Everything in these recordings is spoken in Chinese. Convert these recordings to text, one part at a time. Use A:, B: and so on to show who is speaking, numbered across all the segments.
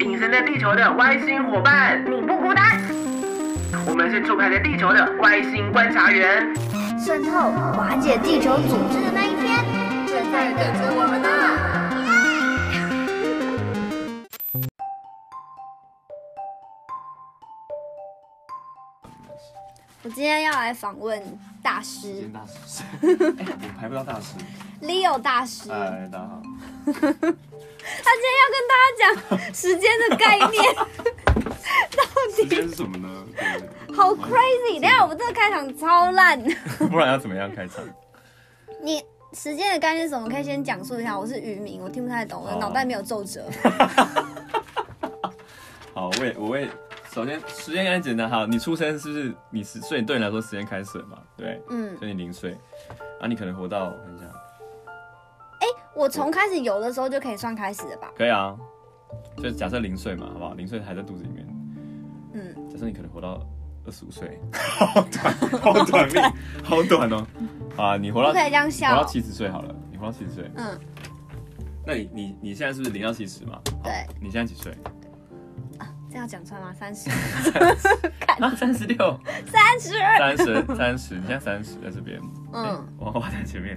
A: 隐身在地球的外星伙伴，
B: 你不孤单，
A: 我们是驻派在地球的外星观察员。
B: 渗透瓦解地球组织的那一天正在等着我们呢。
C: 我今天要来访问大师
D: 大 师，哎我排不到大师。
C: Leo 大师，
D: 哎，大家好，
C: 他今天要跟大家讲时间的概念，
D: 时间是什么 呢？对不对
C: 好 crazy！等一下我们这个开场超烂。
D: 不然要怎么样开场？
C: 你时间的概念是什么？可以先讲述一下。我是渔民，我听不太懂，我的
D: 好
C: 脑袋没有皱褶。
D: 好，我也我为首先时间应该简单哈。你出生是不是你十岁？对你来说时间开始了嘛？对，
C: 嗯，
D: 所以你零岁，啊，你可能活到我看一下，
C: 我从开始游的时候就可以算开始了吧？
D: 可以啊，就假设零岁嘛，好不好？零岁还在肚子里面，
C: 嗯，
D: 假设你可能活到二十五岁，好短，好短命，好短 哦。啊，你活
C: 不
D: 到
C: 可以这样
D: 你活到
C: 笑。
D: 七十岁好了，你活到七十岁，
C: 嗯，
D: 那你你你现在是不是零到七十嘛？好
C: 对，啊
D: 你现在几岁？
C: 这样讲出来吗？三十，
D: 啊，三十六，
C: 三十二。
D: 三十，三十，你现在三十在这边，嗯
C: 嗯，
D: 我画在前面，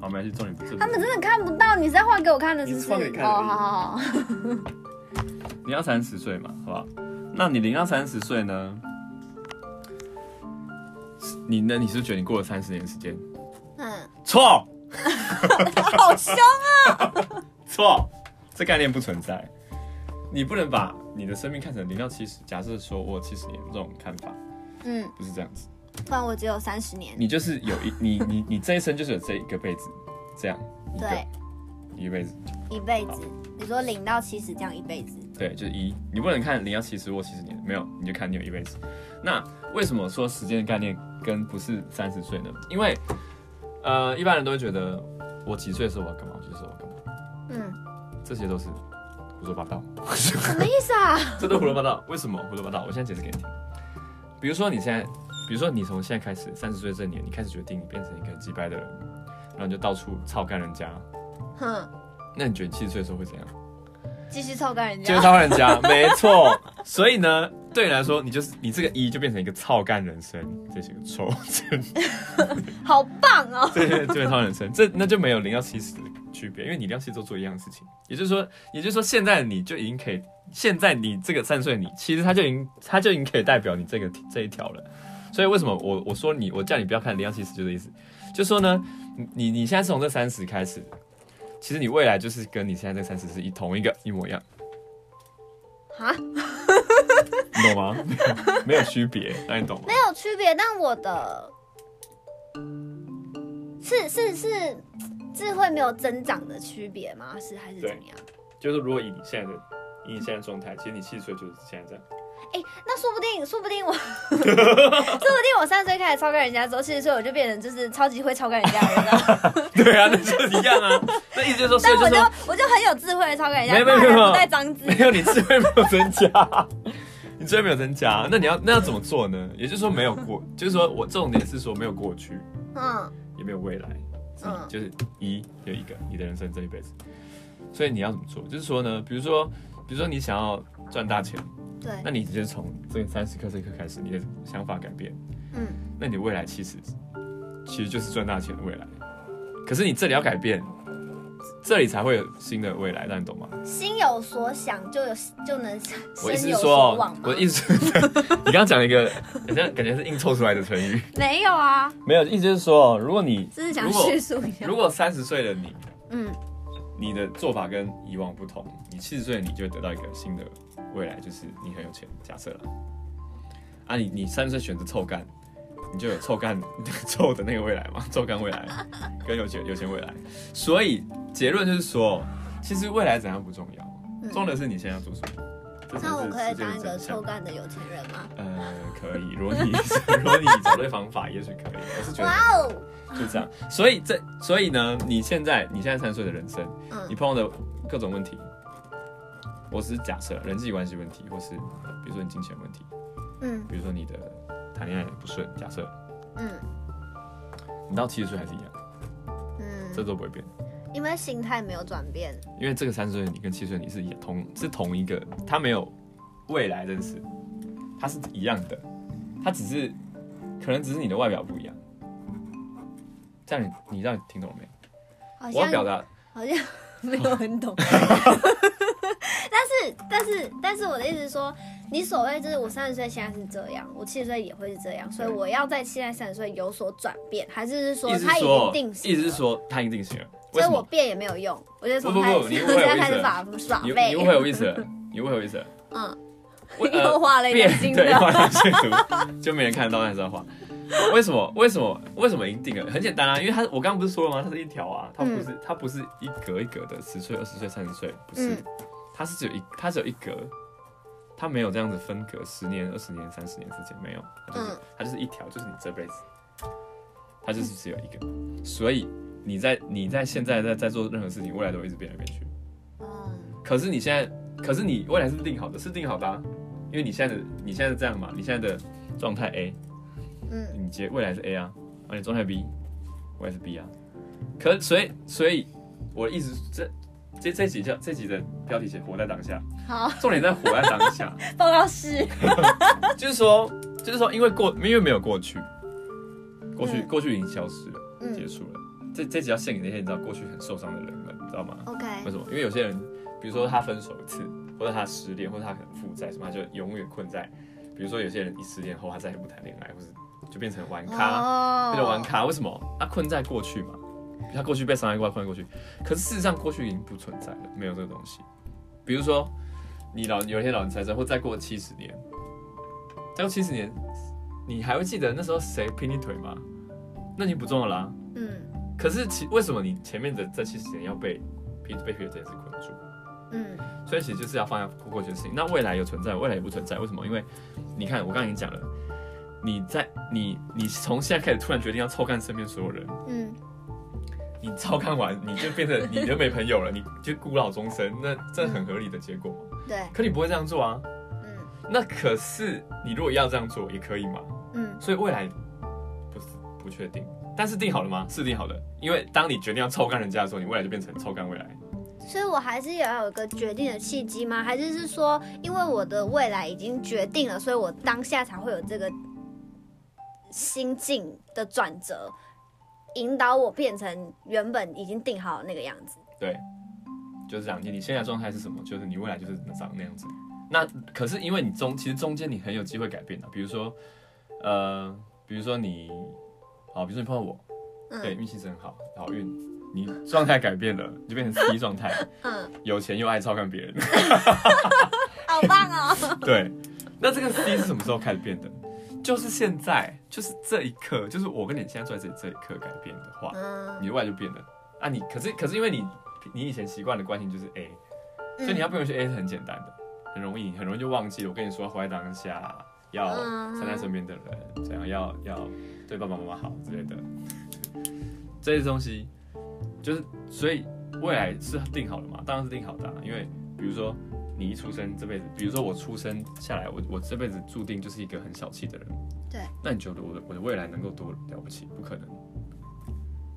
D: 好，没关系，重点不是
C: 他们真的看不到，你是在画给我看的，是不
D: 你是画给
C: 是？
D: 看
C: 哦，
D: 的
C: 好好好，
D: 你要三十岁嘛，好不好？那你零到三十岁呢？你那你是不是觉得你过了三十年时间？
C: 嗯，
D: 错
C: 好凶啊！
D: 错，这概念不存在。你不能把你的生命看成零到七十，假设说我七十年这种看法
C: 嗯，
D: 不是这样子，
C: 不然我只有三十年。
D: 你就是有一你你你这一生就是有这一个辈子，这样一个
C: 对，
D: 一辈子，
C: 一辈子。你说零到七十这样一辈子，
D: 对，就是一，你不能看零到七十或七十年，没有，你就看你有一辈子。那为什么说时间的概念跟不是三十岁呢？因为，呃，一般人都会觉得我几岁的时候我要干嘛，我几岁的时候我要干嘛，
C: 嗯，
D: 这些都是胡说八道，
C: 什么意思啊？
D: 这都胡说八道。为什么胡说八道？我现在解释给你听。比如说你现在，比如说你从现在开始，三十岁这年，你开始决定你变成一个很鸡掰的人，然后你就到处操干人家，
C: 哼，
D: 那你觉得你七十岁的时候会怎样？
C: 继续臭干人
D: 就
C: 家。
D: 是超人 家，没错。所以呢，对你来说，你就是你这个一就变成一个操干人生，这是个臭，
C: 好棒哦！
D: 对对对，超人生，这那就没有零到七十的区别，因为你零到七十都做一样的事情，也就是说，也就是说，现在你就已经可以，现在你这个三十岁你，其实他就已经他就已经可以代表你这个这一条了。所以为什么我我说你我叫你不要看零到七十就这意思，就说呢，你你你现在是从这三十开始，其实你未来就是跟你现在这三十是一同一个一模一样。
C: 啊，
D: 你懂吗？ 没有没有区别，那你懂吗
C: 没？有区别，但我的是是是智慧没有增长的区别吗？是还是怎么样？
D: 就是如果以你现在的以你现在的状态，其实你七十岁就是现在这样。
C: 哎、那说不定，说不定我， 说不定我三十岁开始超干人家之后，七十岁我就变成就是超级会超干人家的人 了。
D: 对啊，那就是一样啊。那意思就是说，所
C: 但
D: 以
C: 我
D: 就
C: 就
D: 说
C: 我就很有智慧的超干人家，啊
D: 没有没
C: 骂
D: 有
C: 人
D: 没有
C: 不带脏字。
D: 没有你智慧没有增加， 你智慧没有增加，那你要那要怎么做呢？也就是说没有过，就是说我重点是说没有过去，
C: 嗯，
D: 也没有未来，是
C: 嗯
D: 就是一有一个你的人生这一辈子。所以你要怎么做？就是说呢，比如说，比如说你想要赚大钱，
C: 对，
D: 那你直接从这个三十克这一刻开始，你的想法改变，
C: 嗯，
D: 那你未来其实其实就是赚大钱的未来。可是你这里要改变，这里才会有新的未来，那你懂吗？
C: 心有所想就有就能
D: 我
C: 生
D: 意思是
C: 有
D: 说
C: 所往
D: 哦
C: 吗，
D: 我的意思是，你刚刚讲了一个，好像感觉是硬凑出来的成语。
C: 没有啊，
D: 没有，意思就是说，如果你
C: 只是想
D: 如果
C: 叙述一下
D: 如。果三十岁的你，
C: 嗯，
D: 你的做法跟以往不同，你七十岁你就会得到一个新的未来，就是你很有钱，假设了。啊你，你三十岁选择臭干，你就有臭干臭的那个未来嘛， 臭干未来跟有钱有钱未来。所以结论就是说，其实未来怎样不重要，
C: 嗯
D: 重要的是你现在要做什么。这才
C: 那我
D: 是
C: 可以
D: 世界的
C: 当一个
D: 真相
C: 抽干的有钱人吗？
D: 呃，可以，如果你 如果你找对方法，也许可以。我是觉
C: 哇
D: 得
C: 哦，
D: 就这样，所以这所以呢，你现在你现在三十岁的人生，
C: 嗯
D: 你碰到的各种问题，我只是假设人际关系问题，或是比如说你金钱问题，
C: 嗯
D: 比如说你的谈恋爱不顺，假设
C: 嗯
D: 你到七十岁还是一样，这
C: 嗯，
D: 都不会变。
C: 因为心态没有转变。
D: 因为这个三岁的你跟七岁的你是也同是同一个，他没有未来认识，他是一样的，他只是可能只是你的外表不一样。这样你你让你听懂了没有？
C: 好
D: 我要
C: 像
D: 表达
C: 好像 没有很 懂，但是但是但是我的意思是说，你所谓就是我三十岁现在是这样，我七十岁也会是这样，所以我要在现在三十岁有所转变，还是是说
D: 意思
C: 他
D: 是
C: 已经
D: 说，
C: 定型了？
D: 意思是说他已经定型了。
C: 所
D: 为
C: 以
D: 什
C: 我
D: 么？
C: 变也没有用，我就从
D: 不不
C: 开
D: 不
C: 始
D: 你误
C: 现
D: 会我
C: 在
D: 意
C: 开
D: 思
C: 始
D: 了
C: 耍耍
D: 你
C: 背
D: 你，误会我意思了，你误会我意思了。
C: 嗯，
D: 我呃
C: 又画了一个
D: 变
C: 新
D: 对，
C: 标，
D: 画了线图，就没人看得到那张画。为什么？为什么？为什么一定了？很简单啊，因为它我刚刚不是说了吗？它是一条啊，它不是、它不是一格一格的，十岁、二十岁、三十岁，不是，
C: 嗯
D: 它是只有一它只有一格，它没有这样子分隔十年、二十年、三十年之间没有，它就是、
C: 嗯
D: 它就是一条，就是你这辈子，它就是只有一个，所以你在你在现在在在做任何事情，未来都会一直变来变去。
C: 嗯
D: 可是你现在，可是你未来是定好的，是定好的、啊，因为你现在的你现在是这样嘛，你现在的状态 A，
C: 嗯，
D: 你接未来是 A 啊，而且状态 B，未来是 B 啊。可所以所以我的意思是这这这几项这几的标题写活在当下，
C: 好，
D: 重点在活在当 下，
C: 报告是，
D: 就是说就是说因为过因为没有过去，过去
C: 嗯
D: 过去已经消失了，
C: 嗯
D: 结束了。这这集要献给那些你知道过去很受伤的人们，你知道吗？
C: ，OK，
D: 为什么？因为有些人，比如说他分手一次，或者他失恋，或者他可能负债什么，他就永远困在。比如说有些人一失恋后，他再也不谈恋爱，或是就变成玩咖，
C: 哦
D: 变成玩咖。为什么？他困在过去嘛，他过去被伤害过，他困在过去。可是事实上，过去已经不存在了，没有这个东西。比如说，你老有一天老人财政，或再过七十年，再过七十年，你还会记得那时候谁劈你腿吗？那已经不重要啦、
C: 嗯
D: 可是其为什么你前面的这七十年要被被被学这件事困住？
C: 嗯
D: 所以其实就是要放下过去的事情。那未来有存在，未来也不存在，为什么？因为你看，我刚刚已经讲了，你在你你从现在开始突然决定要臭干身边所有人，
C: 嗯，
D: 你臭干完你就变成你就没朋友了，你就孤老终生，那这很合理的结果嘛。
C: 对，
D: 可你不会这样做啊。
C: 嗯
D: 那可是你如果要这样做也可以嘛。
C: 嗯
D: 所以未来不是不确定，但是定好了吗？是定好的，因为当你决定要臭干人家的时候，你未来就变成臭干未来。，
C: 所以我还是也要有一个决定的契机吗？还是是说，因为我的未来已经决定了，所以我当下才会有这个心境的转折，引导我变成原本已经定好的那个样子？
D: 对，就是这样。你你现在状态是什么？就是你未来就是长那样子。那可是因为你中其实中间你很有机会改变的，比如说，呃，比如说你，好，比如说你碰到我，
C: 嗯
D: 对，运气是很好，好运，你状态改变了，你就变成 C 状态，
C: 嗯，
D: 有钱又爱操干别人，
C: 好棒哦！
D: 对。那这个 C 是什么时候开始变的？就是现在，就是这一刻，就是我跟你现在坐在这里这一刻改变的话，
C: 嗯，
D: 你的未来就变了啊你！可是可是因为你你以前习惯的惯性就是哎 A，所以
C: 嗯
D: 你要变回去 A 是很简单的，很容易，很容易就忘记了。我跟你说，活在当下，要
C: 嗯
D: 善待身边的人，怎样要要对爸爸妈妈好之类的，这些东西就是所以未来是定好了嘛？当然是定好的啊、因为比如说你一出生这辈子，比如说我出生下来，我我这辈子注定就是一个很小气的人。
C: 对，
D: 那你觉得我的我的未来能够多了不起？不可能。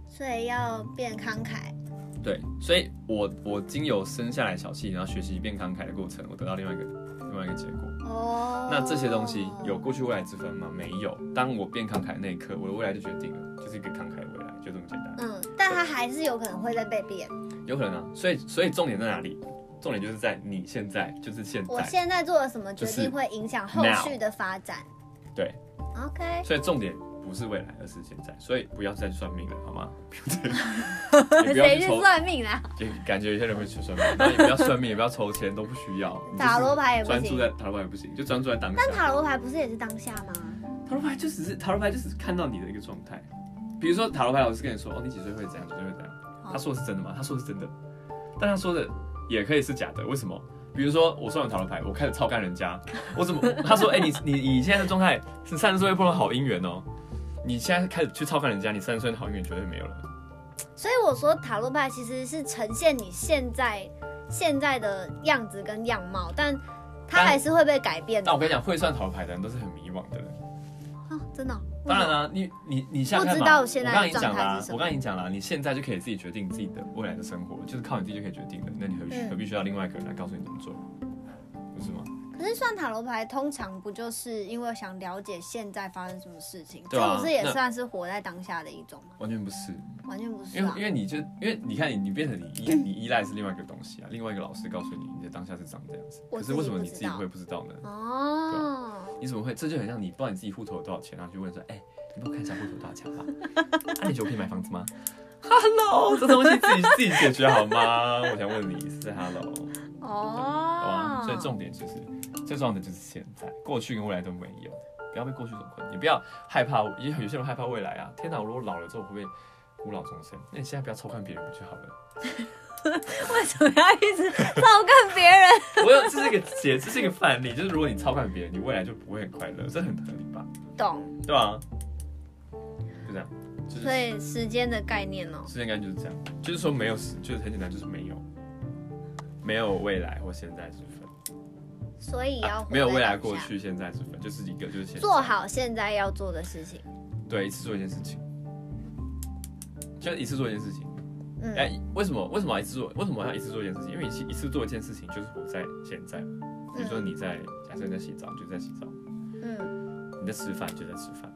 C: 所以要变慷慨。
D: 对，所以我我经由生下来小气，然后学习变慷慨的过程，我得到另外一个另外一个结果。
C: 哦
D: 那这些东西有过去未来之分吗？没有。当我变慷慨那一刻，我的未来就决定了，就是一个慷慨的未来，就这么简单。
C: 嗯，但它还是有可能会再被变。
D: 有可能啊，所以所以重点在哪里？重点就是在你现在，就是现
C: 我
D: 在。
C: 现在做了什么决
D: 就是
C: 定会影响后
D: now
C: 续的发展
D: 对，
C: ？OK，
D: 所以重点不是未来，而是现在。所以不要再算命了，好吗？
C: 谁
D: 也不要去
C: 去
D: 抽，
C: 算命啦？
D: 也感觉有些人会去算命，然后也不要算命，也不要抽签，都不需要。你就是
C: 塔罗牌也不
D: 专注
C: 行。
D: 在塔罗牌也不行，就专注在当下。
C: 但塔罗牌不是也是当下吗？
D: 塔罗牌就只是塔罗牌，就只是看到你的一个状态。比如说塔罗牌老师跟你说，哦，你几岁会怎样，几岁会怎样，他说的是真的吗？他说的是真的，但他说的也可以是假的。为什么？比如说我算完塔罗牌，我开始操干人家，我怎么？他说，哎、你你你现在的状态是三十岁会碰到好姻缘哦，你现在开始去操干人家，你三十岁的好姻缘绝对没有了。
C: 所以我说塔罗牌其实是呈现你现在现在的样子跟样貌，但它
D: 但
C: 还是会被改变
D: 但
C: 的
D: 我。跟你讲，会算塔罗牌的人都是很迷惘的人，
C: 哦，真的哦、
D: 当然啦、你你你现在
C: 不知
D: 干嘛
C: 道现在的
D: 我刚刚已经讲
C: 状
D: 啦、
C: 态是什么
D: 我刚刚已经讲啦、你现在就可以自己决定自己的未来的生活，就是靠你自己就可以决定的。那你何必、
C: 嗯
D: 何必需要另外一个人来告诉你怎么做？不是吗？
C: 可是算塔罗牌，通常不就是因为想了解现在发生什么事情，
D: 对啊
C: 这不是也
D: 那
C: 算是活在当下的一种吗？
D: 完全不是，
C: 完全不是
D: 因为
C: 啊
D: 因。为你就因为你看你你变成你依你依赖是另外一个东西啊，另外一个老师告诉你你的当下是长这样子，
C: 我
D: 可
C: 自
D: 是
C: 己
D: 为什么
C: 不
D: 你
C: 知
D: 自己
C: 道
D: 会不知道呢？
C: 哦，
D: 你怎么会？这就很像你不知道你自己户头有多少钱，然后去问说，哎、你帮我看一下户头多少钱吧？啊，你觉得我可以买房子吗？Hello，这东西自己自己解决好吗？我想问你是 Hello，好
C: 哦，
D: 吧？啊所以重点就是最重要的就是现在，过去跟未来都没有，不要被过去所困，也不要害怕，也有些人害怕未来啊。天哪，我如果老了之后会不会孤老终生？那你现在不要偷看别人不就好了？
C: 为什么要一直照看别人？
D: 我有这是一个解，这是一个范例，就是如果你操看别人，你未来就不会很快乐，这很合理吧？
C: 懂，
D: 对吧？就这样，就是
C: 所以时间的概念哦，
D: 时间感就是这样，就是说没有时，就是很简单，就是没有，没有未来或现在之分，
C: 所以要
D: 啊
C: 活在
D: 没有未
C: 当
D: 来、
C: 下
D: 过，去、现在之分，就是一个就是现在
C: 做好现在要做的事情。
D: 对一次做一件事情，就一次做一件事情。
C: 嗯，
D: 哎、为什么为什么要一次做？为什么要一次做一件事情？因为一次一次做一件事情就是活在现在嘛。比如说你在假设你在洗澡，你就在洗澡；
C: 嗯，
D: 你在吃饭，你就在吃饭。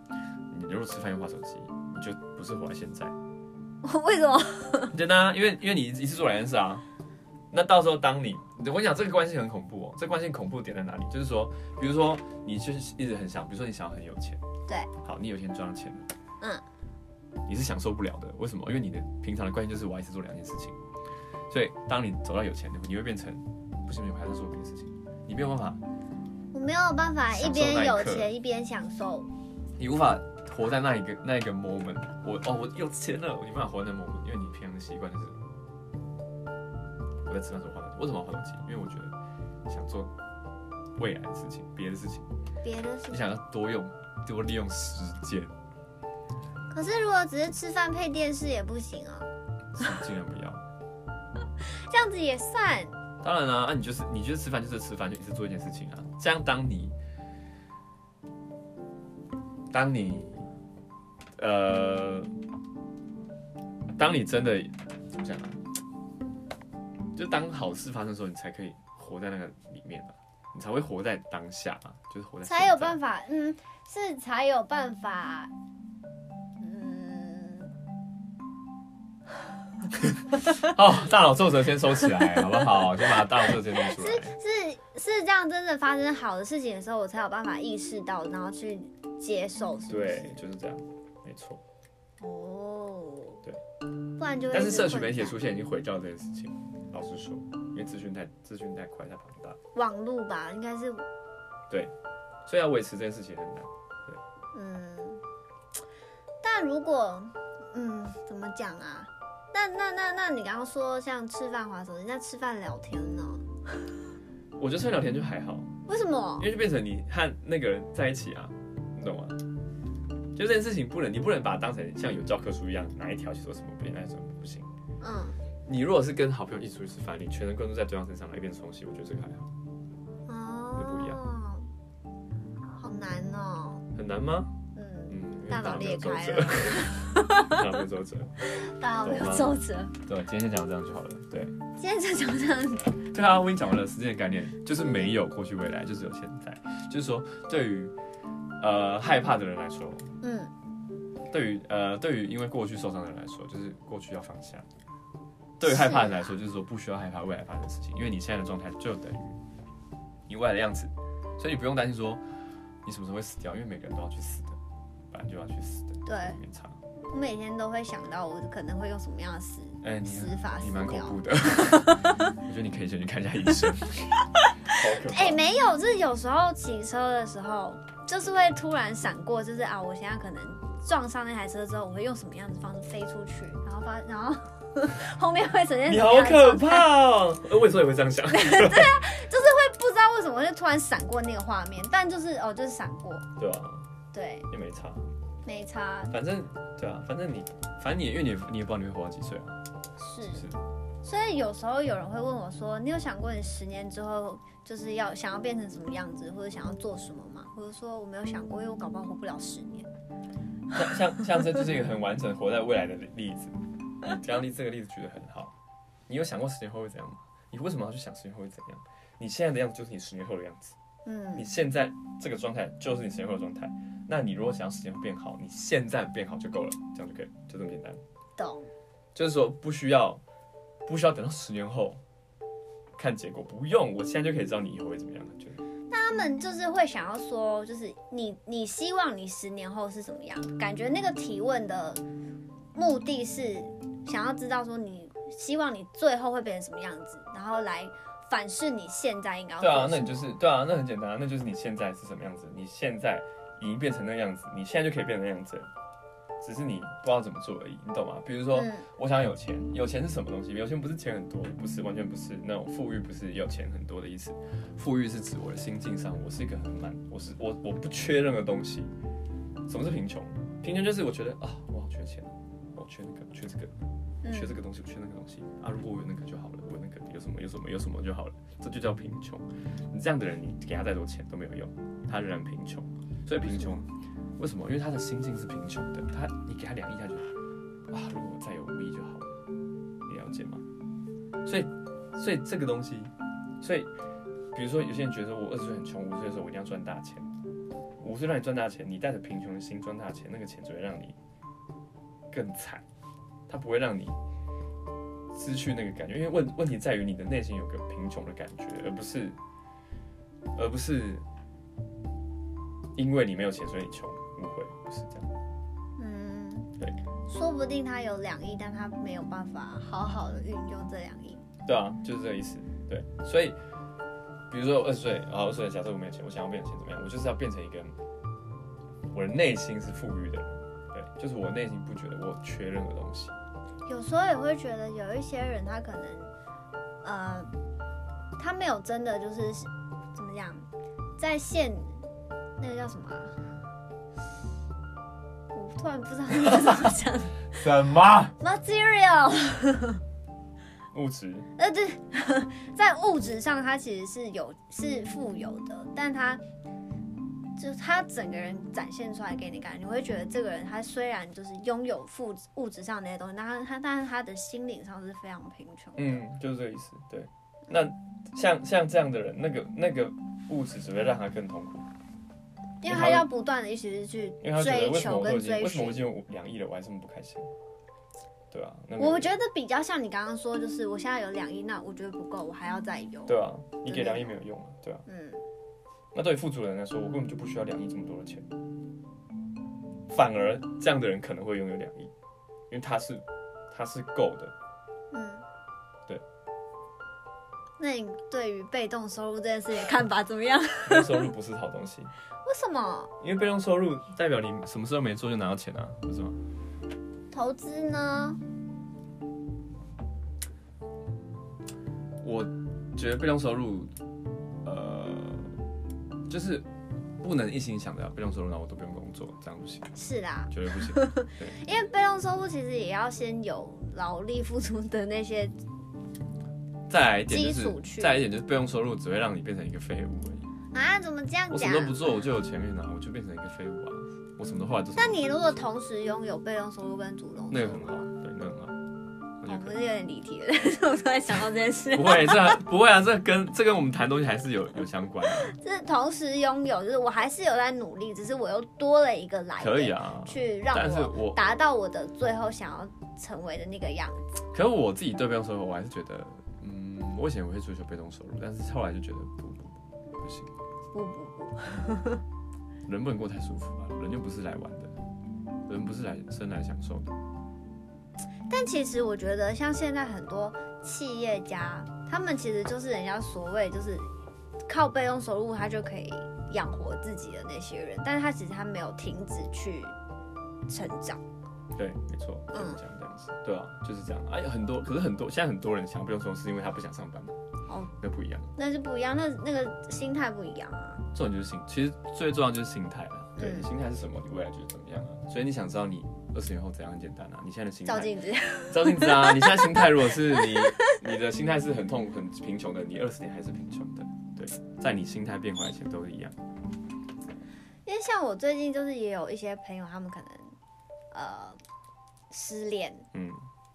D: 你如果吃饭又划手机，你就不是活在现在。
C: 为什么？
D: 很简单啊，因为因为你一次做两件事啊。那到时候当你，我跟你讲，这个关系很恐怖哦。这关系恐怖点在哪里？就是说，比如说你就是一直很想，比如说你想要很有钱，
C: 对，
D: 好，你有一天赚到钱了，
C: 嗯，
D: 你是享受不了的。为什么？因为你的平常的关系就是我要一次做两件事情，所以当你走到有钱，你会变成不行不行，我还是做别的事情，你没有办法，
C: 我没有办法一
D: 享受
C: 边
D: 那一
C: 有
D: 刻
C: 钱一边享受。
D: 你无法活在那一个那一个 moment 我。哦，我有钱了，我没办法活在那 moment，因为你平常的习惯就是我在吃饭的时候划手机。为什么要划手机？因为我觉得想做未来的事情，别的事情，
C: 别的事
D: 你
C: 情，
D: 想要多用多利用时间，
C: 可是如果只是吃饭配电视也不行哦，
D: 是尽量不要。
C: 这样子也算。
D: 当然啦、啊，你就是你就是吃饭就是吃饭，就一直做一件事情啊。这样当你当你呃，当你真的怎么讲啊？就当好事发生的时候，你才可以活在那个里面啊，你才会活在当下啊，就是活在
C: 才有办
D: 法。
C: 法，嗯，是才有办法，嗯，
D: 哦，大脑皱褶先收起来，好不好？先把大脑皱褶弄出来。
C: 是是这样，真的发生好的事情的时候，我才有办法意识到，然后去接受，是不是？
D: 对，就是这样，没错。
C: 哦，
D: 对，
C: 不然就会嗯
D: 但是社群
C: 混
D: 媒体的
C: 在
D: 出现已经毁掉这件事情。老实说，因为资讯太资讯太快太庞大，
C: 网络吧，应该是，
D: 所以要维持这件事情很难。
C: 嗯，但如果，嗯，怎么讲啊？那那那那你刚刚说像吃饭划手机，那吃饭聊天呢？
D: 我觉得社群聊天就还好，
C: 为什么
D: 因？为就变成你和那个人在一起啊，你懂吗？就这件事情不能，你不能把它当成像有教科书一样，哪一条去做什么不行，哪一条不行。
C: 嗯
D: 你如果是跟好朋友一起出去吃饭，你全神贯注在对方身上，来一边吃东西，我觉得这个还好。
C: 哦，
D: 不一样
C: 好难哦。
D: 很难吗？
C: 嗯，
D: 嗯，因为
C: 大脑
D: 没
C: 裂
D: 有皱
C: 开
D: 褶
C: 了，，
D: 大脑没有皱褶。
C: 大脑没有皱褶。
D: 对，今天先讲到这样就好了。对。
C: 今天就讲这样子，
D: 对啊，我已经讲完了时间的概念，就是没有过去未来，就只有现在。就是说，对于呃害怕的人来说，
C: 嗯，
D: 对于呃对于因为过去受伤的人来说，就是过去要放下；对于害怕的人来说，就是说不需要害怕未来发生的事情，因为你现在的状态就等于你未来的样子，所以你不用担心说你什么时候会死掉，因为每个人都要去死的，本来就要去死的，
C: 对
D: 没差。
C: 我每天都会想到我可能会用什么样的死
D: 哎、你
C: 死法
D: 你
C: 死
D: 蛮恐
C: 掉。
D: 怖的，我觉得你可以先去看一下医生。好可怕
C: 哎、没有，就是有时候骑车的时候，就是会突然闪过，就是啊，我现在可能撞上那台车之后，我会用什么样的方式飞出去，然后发，然后 后面会呈现
D: 你
C: 什么
D: 好
C: 样的
D: 可
C: 状态
D: 怕哦！呃我有时候也会这样想。
C: 就是会不知道为什么会突然闪过那个画面，但就是哦，就是闪过，
D: 对啊，
C: 对，
D: 也没差，
C: 没差，
D: 反正对啊，反正你，反正你，因为你，你也不知道你会活到几岁啊，
C: 是
D: 是不是？
C: 所以有时候有人会问我说：“你有想过你十年之后就是要想要变成什么样子，或者想要做什么吗？”我就说我没有想过，因为我搞不好活不了十年。
D: 像像像这就是一个很完整活在未来的例子。你刚刚这个例子举得很好。你有想过十年后会怎样吗？你为什么要去想十年后会怎样？你现在的样子就是你十年后的样子，你
C: 嗯，
D: 现在这个状态就是你十年后的状态。那你如果想要十年后变好，你现在变好就够了，这样就可以，就这么简单。
C: 懂。
D: 就是说不需要不需要等到十年后看结果，不用，我现在就可以知道你以后会怎么样了。就
C: 他们就是会想要说，就是你你希望你十年后是什么样？感觉那个提问的目的是想要知道说你希望你最后会变成什么样子，然后来反视你现在应该要
D: 对
C: 做，
D: 啊
C: 什
D: 那你
C: 么。
D: 就是对啊，那很简单啊，那就是你现在是什么样子，你现在已经变成那个样子，你现在就可以变成那样子了，只是你不知道怎么做而已，啊你懂吗？比如说，
C: 嗯
D: 我想有钱，有钱是什么东西？有钱不是钱很多，不是完全不是那种富裕，不是有钱很多的意思。富裕是指我的心境上，我是一个很满，我是我我不缺任何东西。什么是贫穷？贫穷就是我觉得啊，我好缺钱，我缺那个，缺这个，缺这
C: 嗯，
D: 个东西，我缺那个东西啊！如果我有那个就好了，我有那个有什么有什么有什么就好了，这就叫贫穷。你这样的人，你给他再多钱都没有用，他仍然贫穷。所以贫穷为什么？因为他的心境是贫穷的，他你给他两亿，他就啊，如果我再有五亿就好了，你了解吗？所以所以这个东西，所以比如说有些人觉得我二十岁很穷，五十岁的时候我一定要赚大钱。五十岁让你赚大钱，你带着贫穷的心赚大钱，那个钱只会让你更惨，它不会让你失去那个感觉，因为问问题在于你的内心有个贫穷的感觉，而不是，而不是因为你没有钱所以你穷，误会不是这样。
C: 嗯，
D: 对，
C: 说不定他有两亿，但他没有办法好好的运用这两亿。
D: 对啊，就是这个意思。对，所以比如说我二十岁，然后二十岁，假设我没有钱，我想要变有钱怎么样？我就是要变成一个我的内心是富裕的人，对，就是我内心不觉得我缺任何东西。
C: 有时候也会觉得有一些人他可能，呃，他没有真的就是怎么讲，在现那个叫什么啊、我突然不知道那个怎么讲
D: 什么
C: material，
D: 物质？
C: 呃对，在物质上他其实是有是富有的，但他就是他整个人展现出来给你看，你会觉得这个人他虽然就是拥有富物质上的那些东西，但他他但是他的心灵上是非常贫穷的。
D: 嗯，就是这个意思。对，那像像这样的人，那个那个物质只会让他更痛苦，
C: 因为他要不断的一直去
D: 因为他觉得
C: 追
D: 为什么
C: 求
D: 我都
C: 跟
D: 已经
C: 追
D: 为什么我已
C: 寻。
D: 经有两亿了，我还这么不开心？对啊，那个
C: 我觉得比较像你刚刚说，就是我现在有两亿，那我觉得不够，我还要再有。
D: 对啊，你给两亿没有用啊，对啊。
C: 嗯，
D: 那对于富足的人来说，我根本就不需要两亿这么多的钱，反而这样的人可能会拥有两亿，因为他是他是够的。
C: 嗯，
D: 对。
C: 那你对于被动收入这件事情的看法怎么 样？为
D: 因为收入不是好东西，
C: 什么
D: 因为被动收入代表你什么时候没做就拿到钱啊，不是吗？
C: 投资呢？
D: 我觉得被动收入，呃，就是不能一心想着被动收入，那我都不用工作，这样不行，
C: 是啦，
D: 绝对不行。
C: 因为被动收入其实也要先有劳力付出的那些，
D: 再来一点就
C: 基础去
D: 是，再来一点就是被动收入只会让你变成一个废物而已。
C: 啊，怎么这样
D: 我什
C: 讲
D: 么？都不做，我就有钱可以拿，我就变成一个废物啊！我什么都后来都什么
C: 那你如果同时拥有被动收入跟主动收入，哦
D: 那个很好，对，那个很好，那
C: 我
D: 就可
C: 们
D: 以。
C: 是有点离题了， 但是我突然想到这件事
D: 不。会，这 不会啊，这跟这跟我们谈东西还是有有相关的，
C: 就是同时拥有，就是我还是有在努力，只是我又多了一个来源
D: 可以，啊。
C: 去让
D: 但是
C: 我
D: 我，
C: 达到我的最后想要成为的那个样子。
D: 可是我自己对被动收入，我还是觉得，嗯，我以前我会追求被动收入，但是后来就觉得不不不不行，
C: 不不不，
D: 人不能过太舒服啊，人又不是来玩的，人不是来生来享受的。
C: 但其实我觉得，像现在很多企业家，他们其实就是人家所谓就是靠被动收入，他就可以养活自己的那些人，但是他其实他没有停止去成长。
D: 对，没错，就
C: 嗯
D: 是这样这样子。对啊，就是这样。哎、很多，可是很多现在很多人想要被动收入，是因为他不想上班嘛。
C: 哦，
D: 那不一样。
C: 那是不一样，那那个心态不一样啊。
D: 重点就是心，其实最重要就是心态了。对，
C: 嗯
D: 心态是什么，你未来就是怎么样啊。所以你想知道你二十年后怎样很简单啊。你现在的心态
C: 照，镜子，
D: 照镜子啊！你现在心态如果是你，你的心态是很痛、很贫穷的，你二十年还是贫穷的。对，在你心态变坏前都一样。
C: 因为像我最近就是也有一些朋友，他们可能呃失恋，
D: 嗯，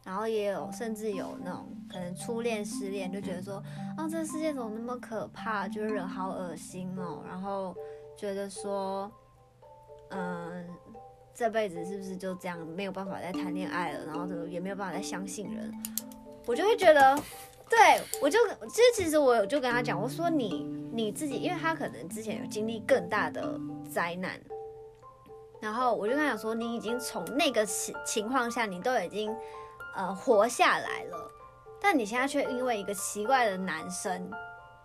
C: 然后也有甚至有那种可能初恋失恋，就觉得说，啊，这世界怎么那么可怕？就是人好恶心哦，然后觉得说，嗯、这辈子是不是就这样没有办法再谈恋爱了？然后就也没有办法再相信人，我就会觉得，对我就其实其实我就跟他讲，我说你你自己，因为他可能之前有经历更大的灾难。然后我就跟他讲说，你已经从那个情情况下，你都已经呃活下来了，但你现在却因为一个奇怪的男生，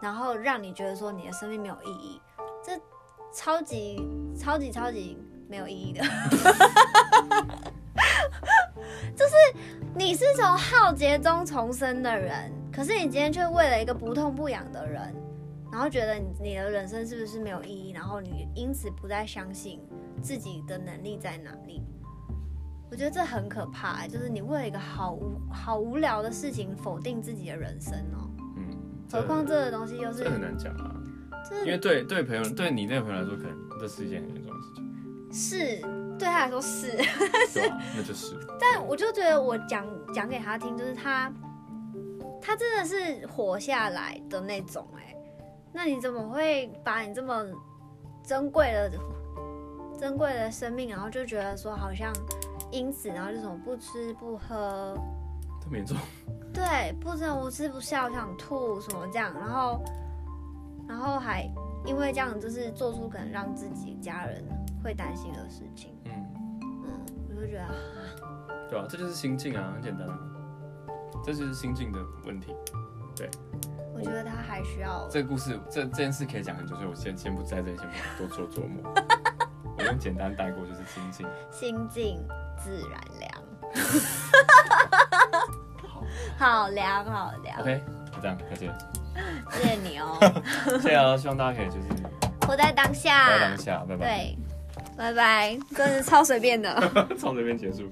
C: 然后让你觉得说你的生命没有意义，这超级超级超级没有意义的。 就是你是从浩劫中重生的人，可是你今天却为了一个不痛不痒的人，然后觉得你你的人生是不是没有意义，然后你因此不再相信自己的能力在哪里。我觉得这很可怕、欸就是你为了一个好无好无聊的事情否定自己的人生哦、
D: 嗯，这
C: 何况这个东西又是
D: 这很难讲啊，
C: 就是
D: 因为对对朋友，对你那个朋友来说，可能这是一件很严重的 事情，
C: 是对他来说是，
D: 对吧？那就是。
C: 但我就觉得我讲讲给他听，就是他他真的是活下来的那种哎、那你怎么会把你这么珍贵的珍贵的生命，然后就觉得说好像因此，然后就什么不吃不喝，
D: 这么严重，
C: 对，不能无吃不笑，想吐什么这样，然后，然后还因为这样就是做出可能让自己家人会担心的事情，
D: 嗯，
C: 嗯，我就觉得
D: 对啊，这就是心境啊，很简单啊，这就是心境的问题。
C: 我觉得他还需要，
D: 这个故事，这这件事可以讲很久，所以我先先不在这里，先不多做琢磨。我用简单带过，就是心境。
C: 心静自然凉， 好凉好凉，
D: OK，就这样，感谢，
C: 谢谢你 哦，
D: 谢谢啊！希望大家可以就是
C: 活在当
D: 活在
C: 下，
D: 当下，拜拜。
C: 对，拜拜，真的超随便的。
D: 从这边结束。